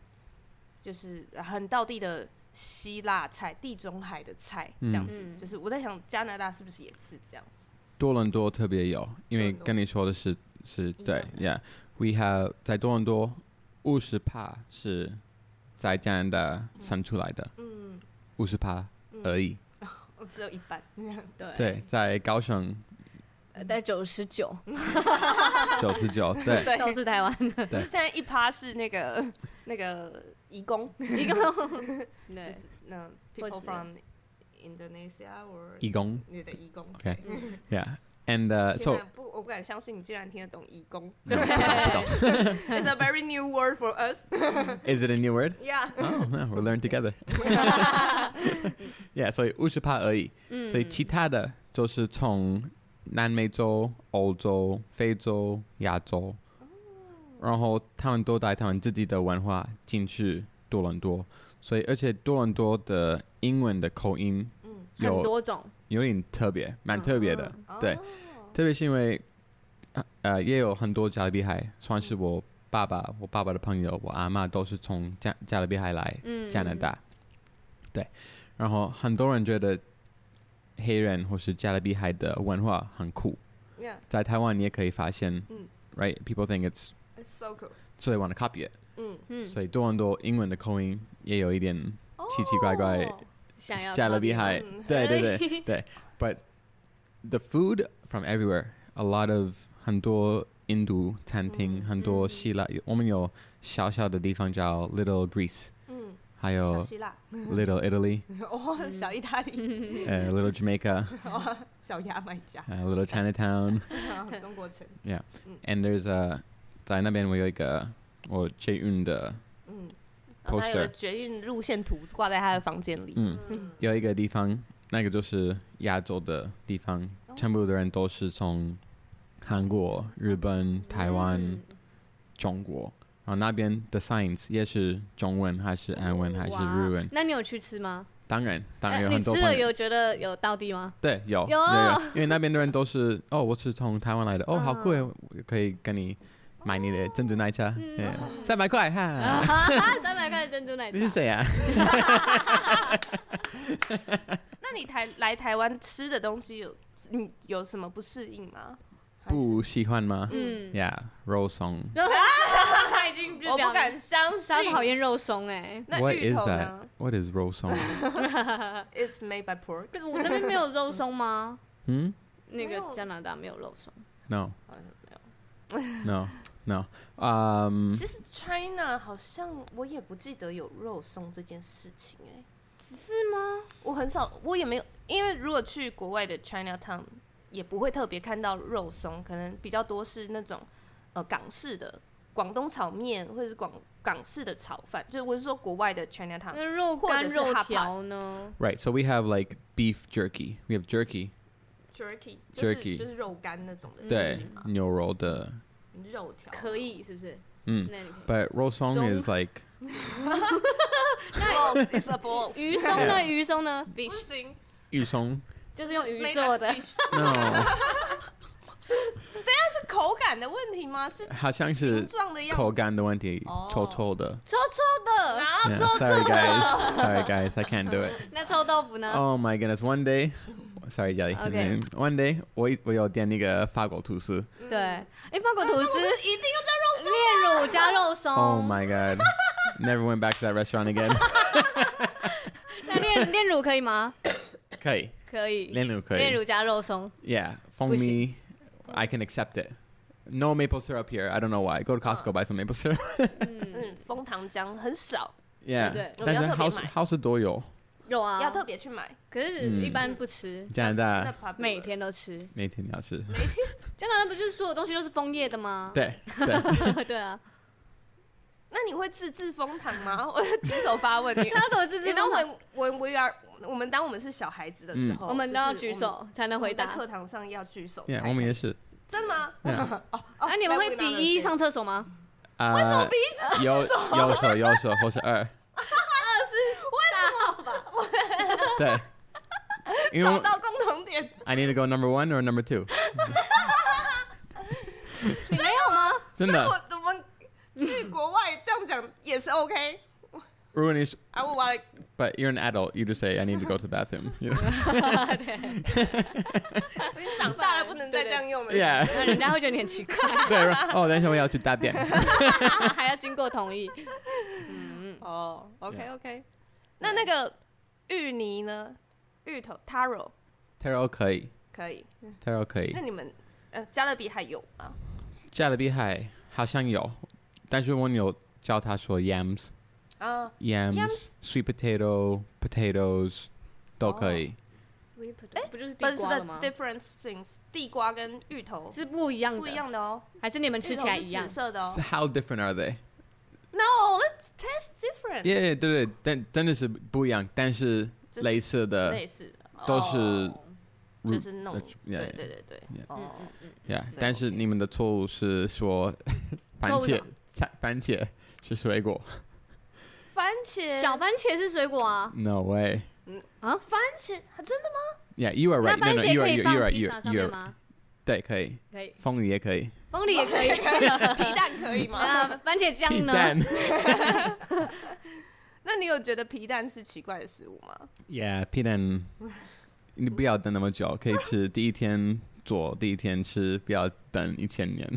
Speaker 4: 就是呃很道地的希腊菜、地中海的菜这样子。
Speaker 3: 嗯
Speaker 4: 就是我在想加拿大是不是也是这样子？
Speaker 2: 多伦多特别有，因为
Speaker 4: 多伦多
Speaker 2: 跟你说的是是
Speaker 4: 一样
Speaker 2: 对，Yeah。We have 在多伦多五十帕是在加拿大生出来的，
Speaker 4: 嗯，
Speaker 2: 五十帕而已。
Speaker 4: 我只有一半。
Speaker 3: 对
Speaker 4: 嗯
Speaker 2: 对，在高 雄
Speaker 3: 呃在九十九
Speaker 2: 九十九，对，
Speaker 4: 对
Speaker 3: 都是台湾的，
Speaker 2: 对
Speaker 4: 就是现在一趴是那个 那个移工，
Speaker 3: 一个
Speaker 4: 就
Speaker 3: 对
Speaker 4: 是那
Speaker 3: 或
Speaker 4: people
Speaker 3: 是
Speaker 4: from Indonesia or
Speaker 2: 义工
Speaker 4: 你的义工。
Speaker 2: ，OK，Yeah。
Speaker 3: 嗯
Speaker 2: And uh,
Speaker 4: 天
Speaker 2: so
Speaker 4: 哪不，我不敢相信你竟然听得懂义工。
Speaker 2: 不懂
Speaker 4: 嗯
Speaker 2: 不懂
Speaker 4: It's a very new word for us.
Speaker 2: is it a new word?
Speaker 4: Yeah.
Speaker 2: Oh, no, we'll learn together. yeah，所以五十帕而已，
Speaker 3: 嗯
Speaker 2: 所以其他的就是从南美洲、欧洲、非洲、亚洲，然后他们都带他们自己的文化进去多伦多，所以而且多伦多的英文的口音
Speaker 4: 嗯，
Speaker 3: 很
Speaker 2: 有
Speaker 3: 多种，
Speaker 2: 有点特别，蛮特别的，对
Speaker 4: 哦，
Speaker 2: 特别是因为呃呃也有很多加勒比海，算是我爸爸、我爸爸的朋友、我阿妈都是从加加勒比海来
Speaker 3: 嗯，
Speaker 2: 加拿大，对，然后很多人觉得黑人或是加勒比海的文化很酷，
Speaker 4: Yeah,
Speaker 2: 在台湾你也可以发现，
Speaker 4: 嗯
Speaker 2: r i g h t People think it's
Speaker 4: it's so cool.
Speaker 2: 所以 want to copy it，、
Speaker 4: 嗯，
Speaker 3: 嗯，
Speaker 2: 所以多伦多英文的口音也有一点奇奇怪怪
Speaker 4: 哦
Speaker 3: 想要
Speaker 2: 加勒比
Speaker 3: copy
Speaker 2: 海
Speaker 4: 嗯，
Speaker 2: 对对对对。But the food from everywhere, a lot of 很多印度餐厅，
Speaker 4: 嗯
Speaker 2: 很多
Speaker 3: 嗯
Speaker 2: 希腊，有我们有小小的地方叫 Little Greece，
Speaker 4: 嗯，
Speaker 2: 还
Speaker 4: 小
Speaker 2: 有
Speaker 4: 希腊，
Speaker 2: Little Italy，
Speaker 4: 哦，小意大利，
Speaker 2: 呃 Little Jamaica，
Speaker 4: 哦小牙买加，
Speaker 2: 呃 Little Chinatown。
Speaker 4: 中国城，
Speaker 2: And there's a 在那边我有一个我捷运的
Speaker 4: 嗯，然后他有
Speaker 2: Poster
Speaker 4: 个绝运路线图挂在他的房间里，
Speaker 2: 嗯，有一个地方，那个就是亚洲的地方，全部的人都是从韩国、日本、台湾、
Speaker 3: 嗯
Speaker 2: 中国，然后那边的 science 也是中文还是韩 文还是
Speaker 3: 哇
Speaker 2: 日文，
Speaker 3: 那你有去吃吗？
Speaker 2: 当然当然
Speaker 3: 呃
Speaker 2: 有
Speaker 3: 你
Speaker 2: 很多
Speaker 3: 吃
Speaker 2: 朋
Speaker 3: 了
Speaker 2: 友。
Speaker 3: 有觉得有到地吗？
Speaker 2: 对，有
Speaker 3: 有啊
Speaker 2: 有，因为那边的人都是哦，我是从台湾来的，
Speaker 3: 嗯
Speaker 2: 哦，好贵，我可以跟你买你的珍珠奶茶，
Speaker 3: 嗯
Speaker 2: 三百块
Speaker 3: 啊
Speaker 2: 哈，
Speaker 3: 三百块的珍珠奶茶
Speaker 2: 哎你是，谁啊？
Speaker 3: 嗯
Speaker 4: 那你台来台湾吃的东西有你有什么不适应吗？还是
Speaker 2: 不喜欢吗
Speaker 3: 嗯，
Speaker 2: ？Yeah，roll song。
Speaker 3: 然后 他已经
Speaker 4: 我不敢，相
Speaker 3: 他讨
Speaker 4: 信。
Speaker 3: 厌肉松哎，
Speaker 4: 那
Speaker 2: What
Speaker 4: 芋
Speaker 2: is
Speaker 4: 头
Speaker 2: that?
Speaker 4: 呢
Speaker 2: What is roll song？
Speaker 4: ？It's made by pork。
Speaker 3: 可是我那边没有肉松 吗？
Speaker 2: 嗯
Speaker 3: 那
Speaker 4: 没
Speaker 3: 个
Speaker 4: 有
Speaker 3: 加拿大没有肉松，
Speaker 2: Hmm? ，No
Speaker 4: 好像没有。
Speaker 2: No No。嗯，Um,
Speaker 4: 其实 China 好像我也不记得有肉松这件事情哎、
Speaker 3: 是吗？
Speaker 4: 我很少，我也没有，因为如果去国外的 China Town 也不会特别看到肉松，可能比较多是那种呃港式的广东炒面或者是广港式的炒饭，就是我是说国外的 China Town
Speaker 3: 那肉
Speaker 4: 或者
Speaker 3: 干
Speaker 4: 是
Speaker 3: 肉
Speaker 4: hot pot
Speaker 3: 条呢？
Speaker 2: Right, so we have like beef jerky. We have jerky.
Speaker 4: jerky 就是
Speaker 2: Jerky
Speaker 4: 就是肉干那种的
Speaker 2: 对
Speaker 4: 东西嘛，
Speaker 2: 牛肉的。嗯，
Speaker 4: 肉条
Speaker 3: 可以是不是？
Speaker 2: 嗯
Speaker 3: 那你可以
Speaker 2: but roll song is like
Speaker 4: ，balls is a balls，
Speaker 3: 鱼松 呢？鱼松 呢
Speaker 4: 不
Speaker 3: ？fish
Speaker 4: 行，
Speaker 2: yu song.
Speaker 3: 就是用鱼做的，
Speaker 2: No,
Speaker 4: 但是口感的问题吗？是形状的样子，啊哦。
Speaker 2: 好像是口感的问题，臭臭的。
Speaker 3: 臭臭的。
Speaker 4: 然后
Speaker 2: Yeah, sorry guys, sorry guys, I can't do it.
Speaker 3: 那臭豆腐呢？
Speaker 2: Oh my goodness, one day, sorry Jelly. Mm-hmm.
Speaker 3: Okay.
Speaker 2: One day 我我有点那个法国吐司。
Speaker 3: 对，哎，法国吐司
Speaker 4: 就是一定要加
Speaker 2: 哦
Speaker 4: 肉松。啊
Speaker 3: 炼乳加肉松。
Speaker 2: Oh my god, never went back to that restaurant again.
Speaker 3: 那炼炼乳可以吗？
Speaker 2: 可以，
Speaker 3: 可以，
Speaker 2: 炼乳可以。
Speaker 3: 炼乳加肉松。
Speaker 2: Yeah, 蜂蜜 I can accept it. No maple syrup here. I don't know why. Go to Costco, buy some maple syrup.
Speaker 3: 嗯，
Speaker 4: 嗯，枫糖浆很少，
Speaker 2: Yeah，
Speaker 3: 对，
Speaker 4: 我们
Speaker 2: 但是
Speaker 4: 要特别
Speaker 2: house
Speaker 4: 买
Speaker 2: house 都有，
Speaker 3: 有啊，
Speaker 4: 要特别去买。
Speaker 3: 可是
Speaker 2: 嗯
Speaker 3: 一般不吃，
Speaker 2: 加拿
Speaker 4: 那
Speaker 2: 大
Speaker 4: 怕不
Speaker 3: 每天都吃。
Speaker 2: 每天要吃。
Speaker 3: 加拿大不就是所有东西都是枫叶的吗？
Speaker 2: 对对，
Speaker 3: 对啊，
Speaker 4: 那你会自制枫糖吗？ 我指手发问 你。
Speaker 3: 那怎么自制
Speaker 4: 你当
Speaker 3: 枫
Speaker 4: 我
Speaker 3: 糖？
Speaker 4: 们我我 we are 我们当我们是小孩子的时候，
Speaker 3: 嗯我们都要举手才能
Speaker 4: 就是
Speaker 3: 回
Speaker 4: 我们。我们在
Speaker 3: 答。
Speaker 4: 课堂上要举手才可以。
Speaker 2: yeah, 我们也是。
Speaker 4: 真的吗？
Speaker 2: Yeah.
Speaker 4: 哦
Speaker 3: 啊，你们会
Speaker 4: that we
Speaker 3: 比
Speaker 4: not
Speaker 3: 一
Speaker 4: understand
Speaker 3: 上厕所 吗？
Speaker 2: 啊，为什么右右手右手或是二？
Speaker 3: 大号吧。
Speaker 2: 对，因为
Speaker 4: 找
Speaker 2: 我
Speaker 4: 到共同点，
Speaker 2: I need to go number one or number two。
Speaker 3: 你没有吗？
Speaker 2: 真
Speaker 4: 所以
Speaker 2: 的，
Speaker 4: 我我们去国外这样讲也是 OK。啊
Speaker 2: 如果你是
Speaker 4: I would like
Speaker 2: but you're an adult, you just say I need to go to the bathroom. you know?
Speaker 3: 对，
Speaker 4: 我已经长 大了，不能再这样用了。
Speaker 2: Yeah，Oh,
Speaker 3: 那人家会觉得你很 奇怪，
Speaker 2: 对，然后哦，等一下我要去大便。
Speaker 3: 还要经过同意。嗯，
Speaker 4: 哦，OK OK。那那个芋泥呢？芋头 taro
Speaker 2: Taro 可以
Speaker 4: 可以。
Speaker 2: ，Taro 可以
Speaker 4: 那。你们呃，加勒比还有吗？
Speaker 2: 加勒比海好像有，但是我有教他说 yams。
Speaker 4: 啊
Speaker 2: yams,
Speaker 4: Yams.
Speaker 2: sweet potato, potatoes 都可以。
Speaker 3: 哎，不就是地
Speaker 4: ，but it's
Speaker 3: 瓜了吗
Speaker 4: the？different things，地瓜跟芋头
Speaker 3: 是不一样的，
Speaker 4: 不一样的哦，
Speaker 3: 还是你们吃起来
Speaker 4: 芋头是
Speaker 3: 一样
Speaker 4: 紫？色的哦。
Speaker 2: So How different are they?
Speaker 4: No，let's taste different，
Speaker 2: Yeah, yeah 对对，但真的是不一样，但是
Speaker 4: 就是
Speaker 2: 类似的
Speaker 4: 类似的，
Speaker 2: 都
Speaker 3: 哦
Speaker 2: 是
Speaker 4: 就
Speaker 2: 呃 root- 呃
Speaker 4: 是弄，
Speaker 2: yeah,
Speaker 4: 对对对对
Speaker 2: yeah.，
Speaker 4: 哦，
Speaker 3: 嗯嗯
Speaker 2: ，yeah，
Speaker 4: 对
Speaker 2: 但是
Speaker 4: ，OK
Speaker 2: 你们的错误 是说番
Speaker 3: 错误什
Speaker 2: 茄
Speaker 3: 么，
Speaker 2: 菜番茄是水果
Speaker 4: 番
Speaker 3: 嗯
Speaker 4: 茄，
Speaker 3: 小番茄是水果啊，
Speaker 2: ？No way.
Speaker 4: 番茄，啊真的吗？
Speaker 2: Yeah, you are
Speaker 3: 那
Speaker 2: right. No,
Speaker 3: 番
Speaker 2: no, you
Speaker 3: 茄
Speaker 2: are,
Speaker 3: 可
Speaker 2: you
Speaker 3: 以
Speaker 2: are,
Speaker 3: 放
Speaker 2: you are,
Speaker 3: 披
Speaker 2: you
Speaker 3: 萨
Speaker 2: are,
Speaker 3: 上
Speaker 2: you
Speaker 3: 面
Speaker 2: are.
Speaker 3: 吗？
Speaker 2: 对，可以，
Speaker 3: 可以，
Speaker 2: 凤梨也可以。
Speaker 3: 凤梨也可以。
Speaker 4: 皮蛋可 以吗？
Speaker 3: 那番 茄酱
Speaker 2: 屁
Speaker 3: 呢？
Speaker 2: 蛋。
Speaker 4: 那你有觉得皮蛋是奇怪的食物吗？
Speaker 2: Yeah，皮蛋， 你不要等那么久，可以吃第一天做，第一天吃，不要等一千 年。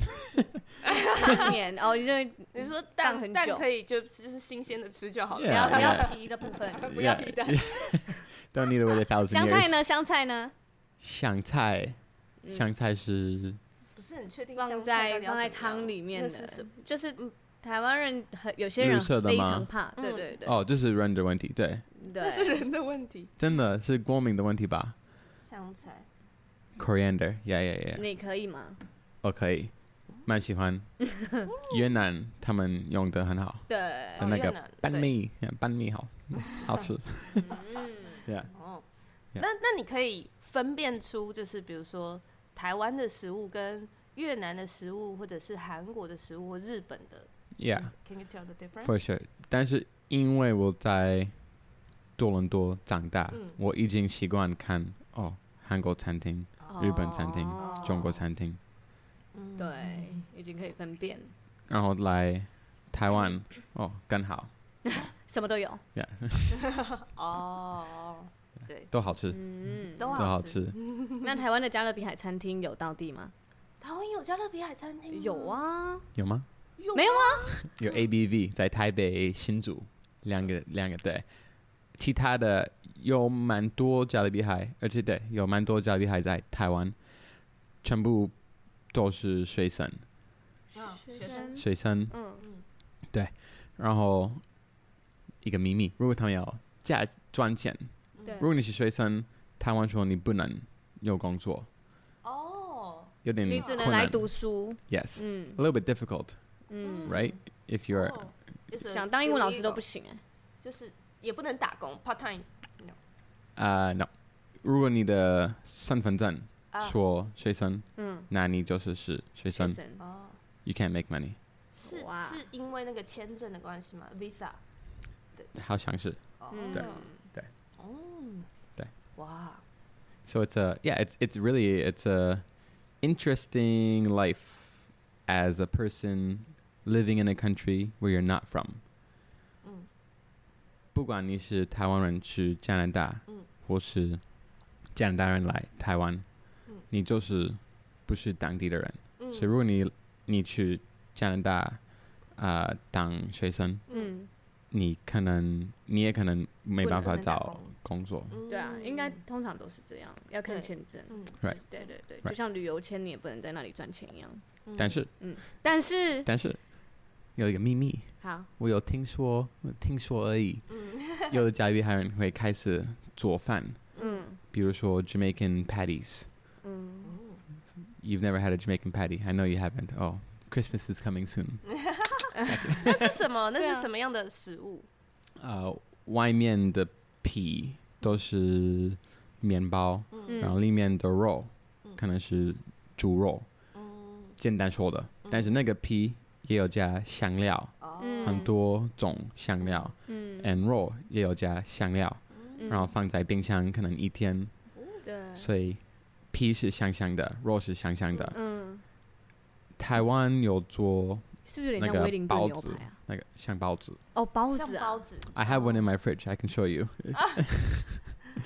Speaker 3: 蛋面哦，就是
Speaker 4: 你说
Speaker 3: 放
Speaker 4: 蛋
Speaker 3: 很
Speaker 4: 蛋
Speaker 3: 久
Speaker 4: 可以就就是新鲜的吃就好了，
Speaker 3: 不
Speaker 2: Yeah,
Speaker 3: 要不
Speaker 2: yeah.
Speaker 3: 要皮的部分。
Speaker 4: 不要皮蛋
Speaker 2: Don't need to wait a thousand years。
Speaker 3: 香菜呢？香菜呢？
Speaker 2: 香菜？
Speaker 3: 嗯
Speaker 2: 香菜是
Speaker 4: 不是很确定
Speaker 3: 放
Speaker 4: 香菜到
Speaker 3: 在
Speaker 4: 底要
Speaker 3: 放在
Speaker 4: 怎么样
Speaker 3: 汤里面
Speaker 4: 那是什
Speaker 3: 的
Speaker 4: 么，
Speaker 3: 就是台湾人很有些人
Speaker 2: 绿色的
Speaker 3: 非
Speaker 2: 吗
Speaker 3: 常怕，对
Speaker 4: 嗯
Speaker 3: 对对，
Speaker 2: 哦，这是人的问题，对，
Speaker 4: 那是
Speaker 3: 对，
Speaker 4: 人的问题。
Speaker 2: 真的是过敏的问题吧
Speaker 4: 香菜，
Speaker 2: ？Coriander，yeah yeah yeah，
Speaker 3: 你可以吗？
Speaker 2: 我可以，蛮喜欢。越南他们用的很好，
Speaker 3: 哦对，
Speaker 2: 那个
Speaker 4: 越南
Speaker 2: 拌。
Speaker 4: 哦对
Speaker 2: 米，拌米好，好吃。
Speaker 3: 嗯，
Speaker 2: Yeah，
Speaker 4: 哦，
Speaker 2: Yeah
Speaker 4: 那那你可以分辨出，就是比如说台湾的食物跟越南的食物，或者是韩国的食物，或日本的。
Speaker 2: yeah。
Speaker 4: Can you tell the difference？
Speaker 2: For sure，但是因为我在多伦多长大，
Speaker 4: 嗯
Speaker 2: 我已经习惯看哦韩国餐厅、日本餐厅
Speaker 3: 哦
Speaker 2: 中国餐厅，
Speaker 4: 嗯
Speaker 3: 对，已经可以分辨，
Speaker 2: 然后来台湾哦更好，
Speaker 3: 什么都有。
Speaker 4: 哦，对，
Speaker 2: 都好吃，
Speaker 3: 嗯，
Speaker 4: 都
Speaker 2: 都好
Speaker 4: 好吃。
Speaker 2: 吃。
Speaker 3: 那台湾的加勒比海餐厅有到地吗？
Speaker 4: 台湾有家乐比海餐厅吗
Speaker 3: 有，啊，
Speaker 2: 有吗？
Speaker 4: 有
Speaker 3: 没有
Speaker 4: 啊？
Speaker 2: 有 ABV 在台北、新竹两个两个对，其他的有蛮多加勒比海，而且对有蛮多加勒比海在台湾，全部都是学生
Speaker 4: 嗯
Speaker 3: 学
Speaker 4: 学生
Speaker 3: 生，
Speaker 2: 学生，
Speaker 3: 嗯，
Speaker 2: 然后一个秘密，如果他们要加赚钱，
Speaker 3: 对
Speaker 2: 如果你是学生，台湾说你不能有工作，
Speaker 4: 哦，
Speaker 2: 有点
Speaker 3: 你
Speaker 2: 困
Speaker 3: 只
Speaker 2: 难。
Speaker 3: 能来读书，
Speaker 2: Yes,
Speaker 3: 嗯
Speaker 2: a little bit difficult,
Speaker 3: 嗯，
Speaker 2: right? If you're
Speaker 3: Oh.
Speaker 4: 哦
Speaker 3: 想当英文老师都不，行哎、
Speaker 4: It's a illegal，就是也不能打工，part time
Speaker 2: 啊、no，如 uh, 果你的身份证
Speaker 4: 啊，
Speaker 2: 说学生，
Speaker 3: 嗯，
Speaker 2: 那你就是是
Speaker 3: 学
Speaker 2: 学生
Speaker 3: 生
Speaker 4: 哦，
Speaker 2: ，you can't make money，
Speaker 4: 是
Speaker 3: 哇
Speaker 4: 是因为那个签证的关系吗？Visa，
Speaker 2: 好像是。
Speaker 4: 哦
Speaker 3: 嗯，
Speaker 2: 对
Speaker 4: 哦，
Speaker 2: 对，
Speaker 4: 哇，
Speaker 2: So it's a yeah, it's it's really it's a interesting life as a person living in a country where you're not from.
Speaker 4: 嗯
Speaker 2: 不管你是台湾人去加拿大，
Speaker 4: 嗯
Speaker 2: 或是加拿大人来台湾，
Speaker 4: 嗯
Speaker 2: 你就是不是当地的人。
Speaker 4: 嗯，
Speaker 2: 所以如果你你去加拿大啊、呃当学生，
Speaker 3: 嗯，
Speaker 2: 你可能你也可能没
Speaker 4: 不
Speaker 2: 办法
Speaker 4: 能打
Speaker 2: 找工作。
Speaker 4: 嗯
Speaker 3: 对啊，应该通常都是这样，要看
Speaker 4: 对
Speaker 3: 签证。
Speaker 4: 嗯
Speaker 2: Right
Speaker 3: 对对对，
Speaker 2: Right
Speaker 3: 就像旅游签，你也不能在那里赚钱一样。
Speaker 4: 嗯
Speaker 2: 但是
Speaker 3: 但是，
Speaker 2: 但是有一个秘密，
Speaker 3: 好，
Speaker 2: 我有听说，听说而 已。
Speaker 4: 嗯
Speaker 2: 有的加勒比海人会开始做饭，
Speaker 3: 嗯
Speaker 2: 比如说 Jamaican patties。
Speaker 3: 嗯，
Speaker 2: You've never had a Jamaican patty, I know you haven't. Oh, Christmas is coming soon.
Speaker 4: 那是什么？
Speaker 3: 对
Speaker 4: 那
Speaker 3: 啊
Speaker 4: 是什么样的食物？
Speaker 2: 呃，外面的皮都是面包，
Speaker 4: Mm.
Speaker 3: 嗯
Speaker 2: 然后里面的肉
Speaker 4: 嗯
Speaker 2: 可能是猪肉，
Speaker 4: 嗯，
Speaker 2: 简单说的。但是那个皮也有加香料，
Speaker 4: 哦，
Speaker 3: 嗯
Speaker 2: 很多种香料
Speaker 3: 嗯，
Speaker 2: ，and 肉也有加香料，
Speaker 4: 嗯
Speaker 3: 嗯
Speaker 2: 然后放在冰箱可能一天。
Speaker 3: 对，
Speaker 2: 所以皮是香香的，肉是香香
Speaker 3: Mm.
Speaker 2: 的。
Speaker 3: 嗯，
Speaker 2: 台湾有做
Speaker 3: 是不是有点
Speaker 2: 那
Speaker 3: 像
Speaker 2: 个
Speaker 3: 威灵顿
Speaker 2: 包
Speaker 3: 牛
Speaker 2: 子
Speaker 3: 排啊？，
Speaker 2: 那个像包子。
Speaker 3: 哦，包
Speaker 4: 像
Speaker 3: 子
Speaker 4: 包
Speaker 3: 啊
Speaker 4: 子
Speaker 2: I have one in my fridge. I can show you.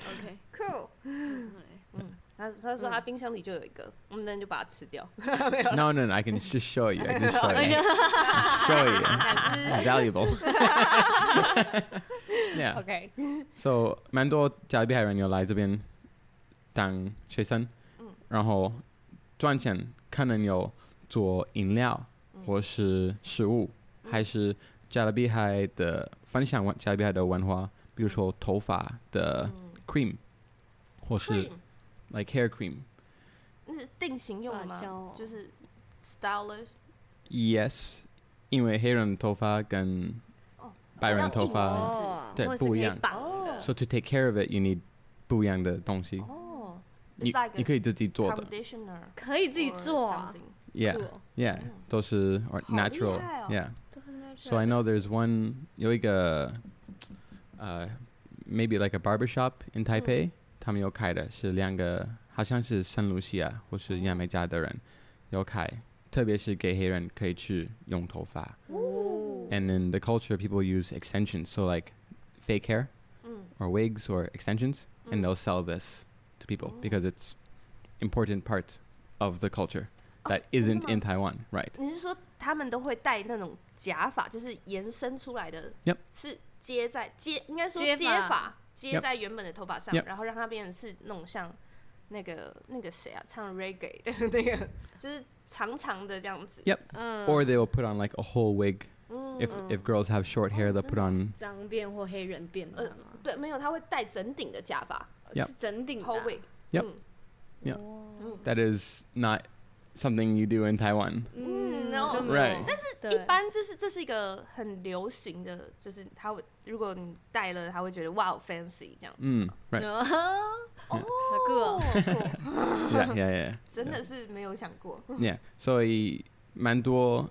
Speaker 3: ，OK，
Speaker 4: ，cool。他他说他冰箱里就有一个，我们那天就把它吃掉。
Speaker 2: No, no, no. I can just show you. I can show
Speaker 3: 而且
Speaker 2: you. show you. Valuable. yeah.
Speaker 4: OK，
Speaker 2: So 蛮多加勒比海人有来这边当学生，
Speaker 4: 嗯
Speaker 2: 然后赚钱可能有做饮料
Speaker 4: 嗯
Speaker 2: 或是食物，
Speaker 4: 嗯
Speaker 2: 还是加勒比海的分享文加勒比海的文化，比如说头发的 cream，或是
Speaker 4: Cream，
Speaker 2: like hair cream。
Speaker 4: 那是定型用的
Speaker 3: 发胶哦
Speaker 4: 吗？就是 stylish，
Speaker 2: Yes，因为黑人的头发跟
Speaker 4: 哦
Speaker 2: 白人的
Speaker 4: 好
Speaker 2: 头
Speaker 4: 像
Speaker 2: 发
Speaker 4: 印子
Speaker 3: 哦，
Speaker 2: 对
Speaker 3: 或者是
Speaker 2: 不
Speaker 3: 可以
Speaker 2: 一样
Speaker 3: 绑的
Speaker 2: So to take care of it, you need 不一样的东西。
Speaker 4: 哦，
Speaker 2: 你你可
Speaker 4: 以
Speaker 2: 以自己做的
Speaker 4: ，conditioner
Speaker 3: 可以自己
Speaker 4: or
Speaker 3: 做啊
Speaker 4: something，
Speaker 2: ，Yeah。
Speaker 3: Cool
Speaker 2: Yeah,
Speaker 4: Oh.
Speaker 2: those are or
Speaker 4: 好厉害
Speaker 2: natural.
Speaker 4: 哦。
Speaker 2: Yeah.
Speaker 3: 都是那
Speaker 2: So I know there's one 有一个, uh, maybe like a barber shop in Taipei. 他们有开的是两个，
Speaker 4: 哦。
Speaker 2: 好像是圣卢西亚或是亚美加的人有开，特别是给黑人可以去用头发。And
Speaker 3: 哦
Speaker 2: in the culture, people use extensions, so like fake hair
Speaker 4: 嗯
Speaker 2: or wigs or extensions, and
Speaker 4: 嗯
Speaker 2: they'll sell this to people
Speaker 4: Oh.
Speaker 2: because it's important part of the culture that
Speaker 4: 真的
Speaker 2: isn't in
Speaker 4: 吗
Speaker 2: Taiwan, right?
Speaker 4: 你是说他们都会戴那种假发，就是延伸出来的
Speaker 2: Yep
Speaker 4: 是接在接，应该说
Speaker 3: 接
Speaker 4: 接
Speaker 3: 发
Speaker 4: 发接
Speaker 2: Yep
Speaker 4: 在原本的头发上
Speaker 2: Yep
Speaker 4: 然后让它变成是那种像那个那个谁啊，唱 reggae 的那个，就是长长的这样子。
Speaker 2: Yep
Speaker 3: 嗯
Speaker 2: or they will put on like a whole wig.
Speaker 4: 嗯
Speaker 2: If
Speaker 3: Mm.
Speaker 2: if girls have short hair, they'll put on
Speaker 3: 脏辫或黑人辫那
Speaker 4: 呃
Speaker 3: 样吗，
Speaker 4: 对，没有，他会戴整顶的假发
Speaker 2: Yep
Speaker 3: 是整顶的啊
Speaker 4: whole wig。
Speaker 2: Yep
Speaker 4: 嗯
Speaker 2: Yeah
Speaker 3: 哦
Speaker 4: 嗯，
Speaker 2: that is not something you do in Taiwan.
Speaker 4: 嗯
Speaker 3: 嗯，
Speaker 4: 然后
Speaker 3: 就没有
Speaker 2: Right
Speaker 3: 但是
Speaker 4: 一般就是这是一个很流行的，就是他会如果你戴了，他会觉得哇 fancy 这样。
Speaker 2: Mm, right.
Speaker 3: 哦，好酷哦，，
Speaker 4: 哦
Speaker 2: Yeah, yeah, yeah.
Speaker 4: 真的是没有想过。
Speaker 2: Yeah. So 蛮多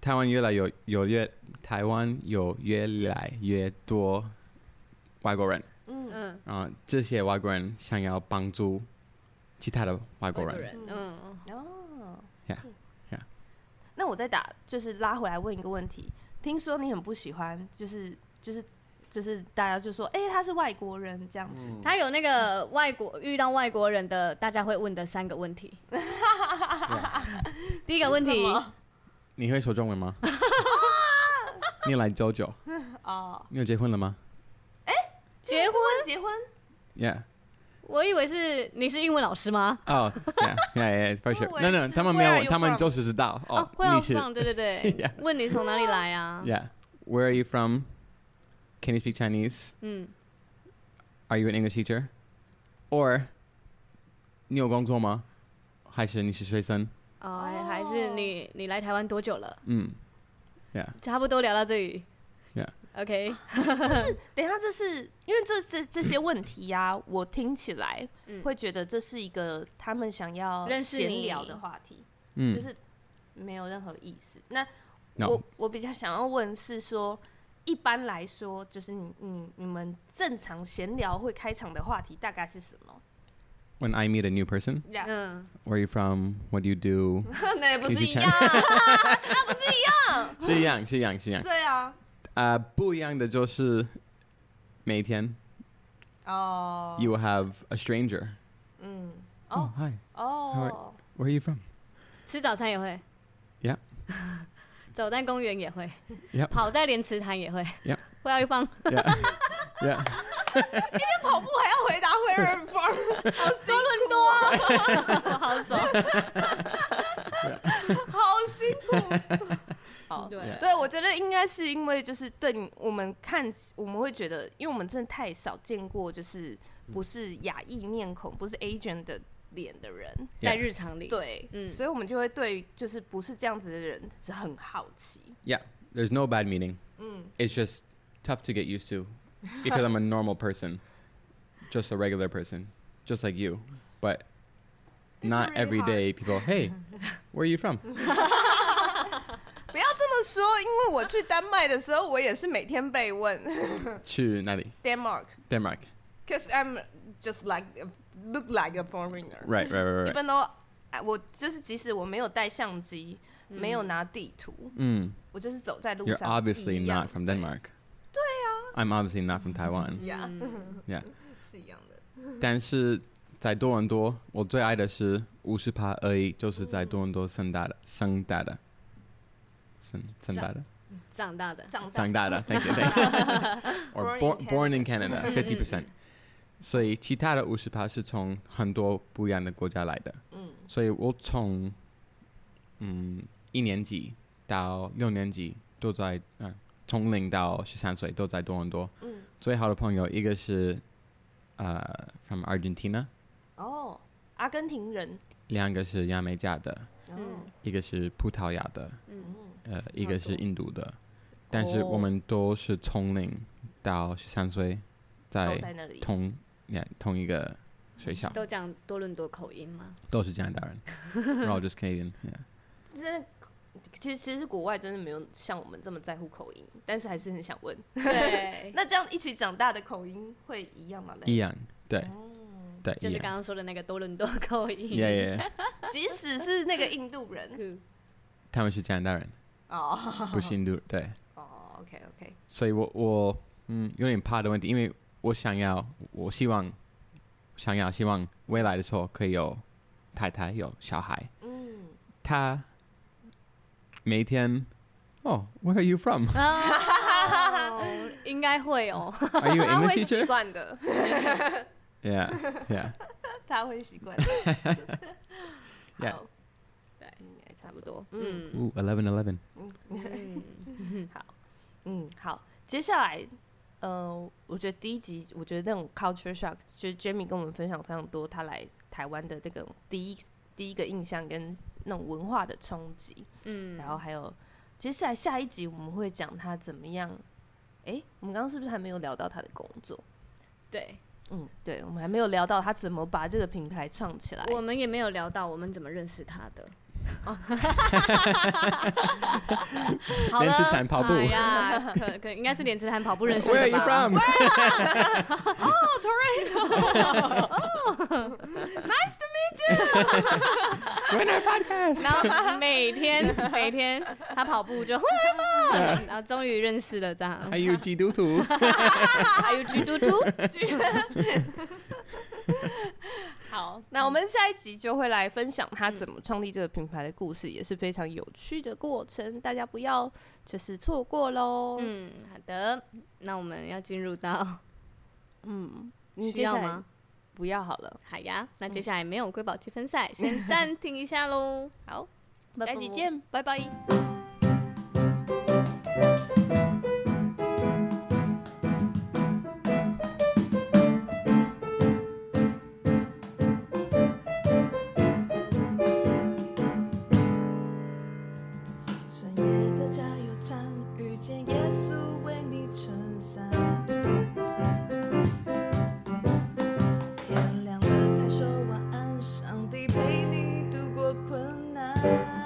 Speaker 2: 台湾越来有有越台湾有越来越多外国人，然后这
Speaker 3: 嗯，
Speaker 2: 些外国人想要帮助加拿大人，
Speaker 4: 嗯
Speaker 2: 其他的外国人。
Speaker 3: 人，嗯，
Speaker 4: 哦
Speaker 2: Yeah,
Speaker 4: 嗯
Speaker 2: yeah.
Speaker 4: 那我再打，就是拉回来问一个问题。听说你很不喜欢，就是就是就是大家就说，哎、他是外国人这样子。
Speaker 2: 嗯
Speaker 3: 他有那个外国遇到外国人的，大家会问的三个问 题。第一个问题
Speaker 4: 是，吗
Speaker 2: 你会说中文 吗？你来多久？
Speaker 4: 哦，
Speaker 2: 你有结婚了吗
Speaker 3: 结婚？
Speaker 4: 结婚？
Speaker 2: ？Yeah。
Speaker 3: 我以为是你是英文老师吗？
Speaker 2: 哦，Yeah Yeah Yeah。for
Speaker 4: 我
Speaker 2: sure No
Speaker 4: 以为
Speaker 2: No，
Speaker 4: 是
Speaker 2: 他们没有
Speaker 4: Where
Speaker 2: 问，
Speaker 4: are you
Speaker 2: 他们
Speaker 4: from？
Speaker 2: 就是知道
Speaker 3: 哦
Speaker 2: 哦，，
Speaker 3: 会要
Speaker 2: 你是
Speaker 3: 放，对对对
Speaker 2: Yeah，
Speaker 3: 问你从哪里来啊呀？
Speaker 2: Yeah。Where are you from? Can you speak Chinese?
Speaker 3: 嗯，
Speaker 2: Are you an English teacher? Or 你有工作吗？还是你是学生？
Speaker 3: 哦，还还是你你来台湾多久了？
Speaker 2: 嗯，Yeah。
Speaker 3: 差不多聊到这里。
Speaker 2: Yeah
Speaker 3: OK，
Speaker 4: 等一下，这是因为这这这些问题呀、我听起来
Speaker 3: 嗯
Speaker 4: 会觉得这是一个他们想要
Speaker 3: 认识
Speaker 4: 闲
Speaker 3: 你
Speaker 4: 聊的话题，
Speaker 2: 嗯，
Speaker 4: 就是没有任何意思。那
Speaker 2: Hmm. No
Speaker 4: 我我比较想要问是说，一般来说，就是你你你们正常闲聊会开场的话题大概是什么？
Speaker 2: When I meet a new person,
Speaker 4: 呀、
Speaker 3: 嗯，
Speaker 2: where are you from? What do you do?
Speaker 4: 那也不是
Speaker 2: Easy
Speaker 4: 一样，那不是一样，
Speaker 2: 是一样，是一样，是一样。
Speaker 4: 对啊，
Speaker 2: 啊，不一样的就是每天
Speaker 4: 哦，
Speaker 2: you have a stranger.
Speaker 4: 嗯，
Speaker 2: Oh,
Speaker 4: 哦
Speaker 2: hi.
Speaker 4: 哦，
Speaker 2: Where are you from?
Speaker 3: 吃早餐也会
Speaker 2: Yeah
Speaker 3: 走在公园也会
Speaker 2: Yeah
Speaker 3: 跑在莲池潭也会
Speaker 2: Yeah
Speaker 3: 会要一放
Speaker 2: Yeah. Yeah.
Speaker 4: 那哎跑步还要回答 Where are you from？好辛苦哦、
Speaker 3: 好走，
Speaker 4: 好辛苦。好，
Speaker 3: 对
Speaker 4: 对，我觉得应该是因为就是对你我们看，我们会觉得，因为我们真的太少见过，就是不是亚裔面孔，不是 Asian 的脸的人，
Speaker 3: 在日常里，
Speaker 4: 对，
Speaker 3: 嗯
Speaker 4: 所以我们就会对于就是不是这样子的人是很好奇，
Speaker 2: Yeah. There's no bad meaning.
Speaker 4: 嗯
Speaker 2: It's just tough to get used to because I'm a normal person, just a regular person, just like you. But
Speaker 4: It's
Speaker 2: not
Speaker 4: really
Speaker 2: every
Speaker 4: hard.
Speaker 2: day people, hey, where are you from?
Speaker 4: 不要这么说，因为我去丹麦的时候，我也是每天被问
Speaker 2: to Nadi,
Speaker 4: Denmark，cause
Speaker 2: Denmark.
Speaker 4: I'm just like a- look like a foreigner，
Speaker 2: Right, right, right, right.
Speaker 4: 一般都，哎我就是即使我没有带相机，
Speaker 3: 嗯
Speaker 4: 没有拿地图，
Speaker 2: Mm.
Speaker 4: 我就是走在路
Speaker 2: You're
Speaker 4: 上。
Speaker 2: obviously
Speaker 4: 一样
Speaker 2: not from Denmark. I'm obviously not from Taiwan.
Speaker 4: 对呀，
Speaker 2: Yeah.
Speaker 4: 是一样的。
Speaker 2: 但是在多伦多，我最爱的是五十趴而已，就是在多伦多生大的，生大的，生生大的，
Speaker 3: 长大的，
Speaker 4: 长大
Speaker 2: 长大的，thank you, thank you. Or
Speaker 4: Born
Speaker 2: born
Speaker 4: in
Speaker 2: born in Canada, fifty percent. 所以其他的五十趴是从很多不一样的国家来的，
Speaker 4: 嗯
Speaker 2: 所以我从嗯一年级到六年级都在嗯、从零到十三岁都在多伦多。
Speaker 4: 嗯，
Speaker 2: 最好的朋友一个是呃 from Argentina，
Speaker 4: 哦，阿根廷人，
Speaker 2: 两个是牙买加的，
Speaker 4: 嗯
Speaker 2: 一个是葡萄牙的，
Speaker 3: 嗯，
Speaker 4: 嗯，
Speaker 2: 呃，一个
Speaker 3: 多
Speaker 2: 是印度
Speaker 4: 哦
Speaker 2: 的。但是我们都是从零到十三岁，
Speaker 4: 都
Speaker 2: 在
Speaker 4: 在那里。
Speaker 2: 同呀同一个学校，
Speaker 3: 都讲多伦多口音 吗？
Speaker 2: 都是加拿 大人，然后就是 Canadian，yeah。
Speaker 4: 真的，其实其实国外真的没有像我们这么在乎口音，但是还是很想问，
Speaker 3: 对，
Speaker 4: 那这样一起长大的口音会一样吗？
Speaker 2: 一样，对
Speaker 4: 哦
Speaker 2: 对，
Speaker 3: 就是
Speaker 2: 一样
Speaker 3: 刚刚说的那个多伦多口音。
Speaker 2: ，yeah yeah，
Speaker 4: 即使是那个印度人，
Speaker 3: 嗯
Speaker 2: 他们是加 拿大人，
Speaker 4: 哦
Speaker 2: 不是印度，对。
Speaker 4: 哦，OK OK，
Speaker 2: 所以我我嗯有点怕的问题，因为我想要，我希望想要希望未来的时候可以有太太有小孩，
Speaker 4: 嗯，
Speaker 2: 他每天哦、oh,，Where are you from?
Speaker 3: 哦，应该会哦。
Speaker 2: Are you
Speaker 4: 他
Speaker 2: an
Speaker 4: 会
Speaker 2: English
Speaker 4: 习
Speaker 2: teacher?
Speaker 4: 惯的，
Speaker 2: Yeah, yeah,
Speaker 4: 他会习惯的。
Speaker 2: Yeah.
Speaker 4: 好，
Speaker 3: 对
Speaker 4: 应该
Speaker 3: 差
Speaker 4: 差不
Speaker 3: 不
Speaker 4: 多。
Speaker 3: 多，嗯
Speaker 2: Ooh, eleven, eleven.
Speaker 3: 嗯，
Speaker 4: 嗯，好，接下来，呃，我觉得第一集，我觉得那种 culture shock，就是 Jamie 跟我们分享非常多他来台湾的这个第一第一个印象跟那种文化的冲击，
Speaker 3: 嗯
Speaker 4: 然后还有接下来下一集我们会讲他怎么样。诶，我们刚刚是不是还没有聊到他的工作？
Speaker 3: 对，
Speaker 4: 嗯，对，我们还没有聊到他怎么把这个品牌创起来。哦
Speaker 3: 我们也没有聊到我们怎么认识他的。 好了，
Speaker 2: 连吃蝉跑步
Speaker 3: 哎呀，可可应该是连吃谈跑步认识
Speaker 2: Where
Speaker 3: 的
Speaker 2: are you
Speaker 3: 吧？
Speaker 2: from? Oh,
Speaker 3: 然 后每天每天他跑步就 Where am 然后终于认识了这样
Speaker 2: 还。有基督徒，
Speaker 3: 还有基督徒，
Speaker 1: 好，那我们下一集就会来分享他
Speaker 3: 嗯
Speaker 1: 怎么创立这个品牌的故事，也是非常有趣的过程，大家不要就是错过喽。嗯
Speaker 3: 嗯，好的，那我们要进入到
Speaker 1: 嗯你
Speaker 3: 需
Speaker 1: 接下
Speaker 3: 要
Speaker 1: 来嗯
Speaker 3: 吗？
Speaker 1: 不要好了，
Speaker 3: 好呀，那接下来没有瑰宝积分赛，先暂停一下喽。
Speaker 1: 好，
Speaker 3: 拜
Speaker 1: 下
Speaker 3: 拜
Speaker 1: 集见，拜拜。
Speaker 5: 深夜的加油站，遇见耶稣为你撑伞。天亮了才说晚安，上帝陪你度过困难。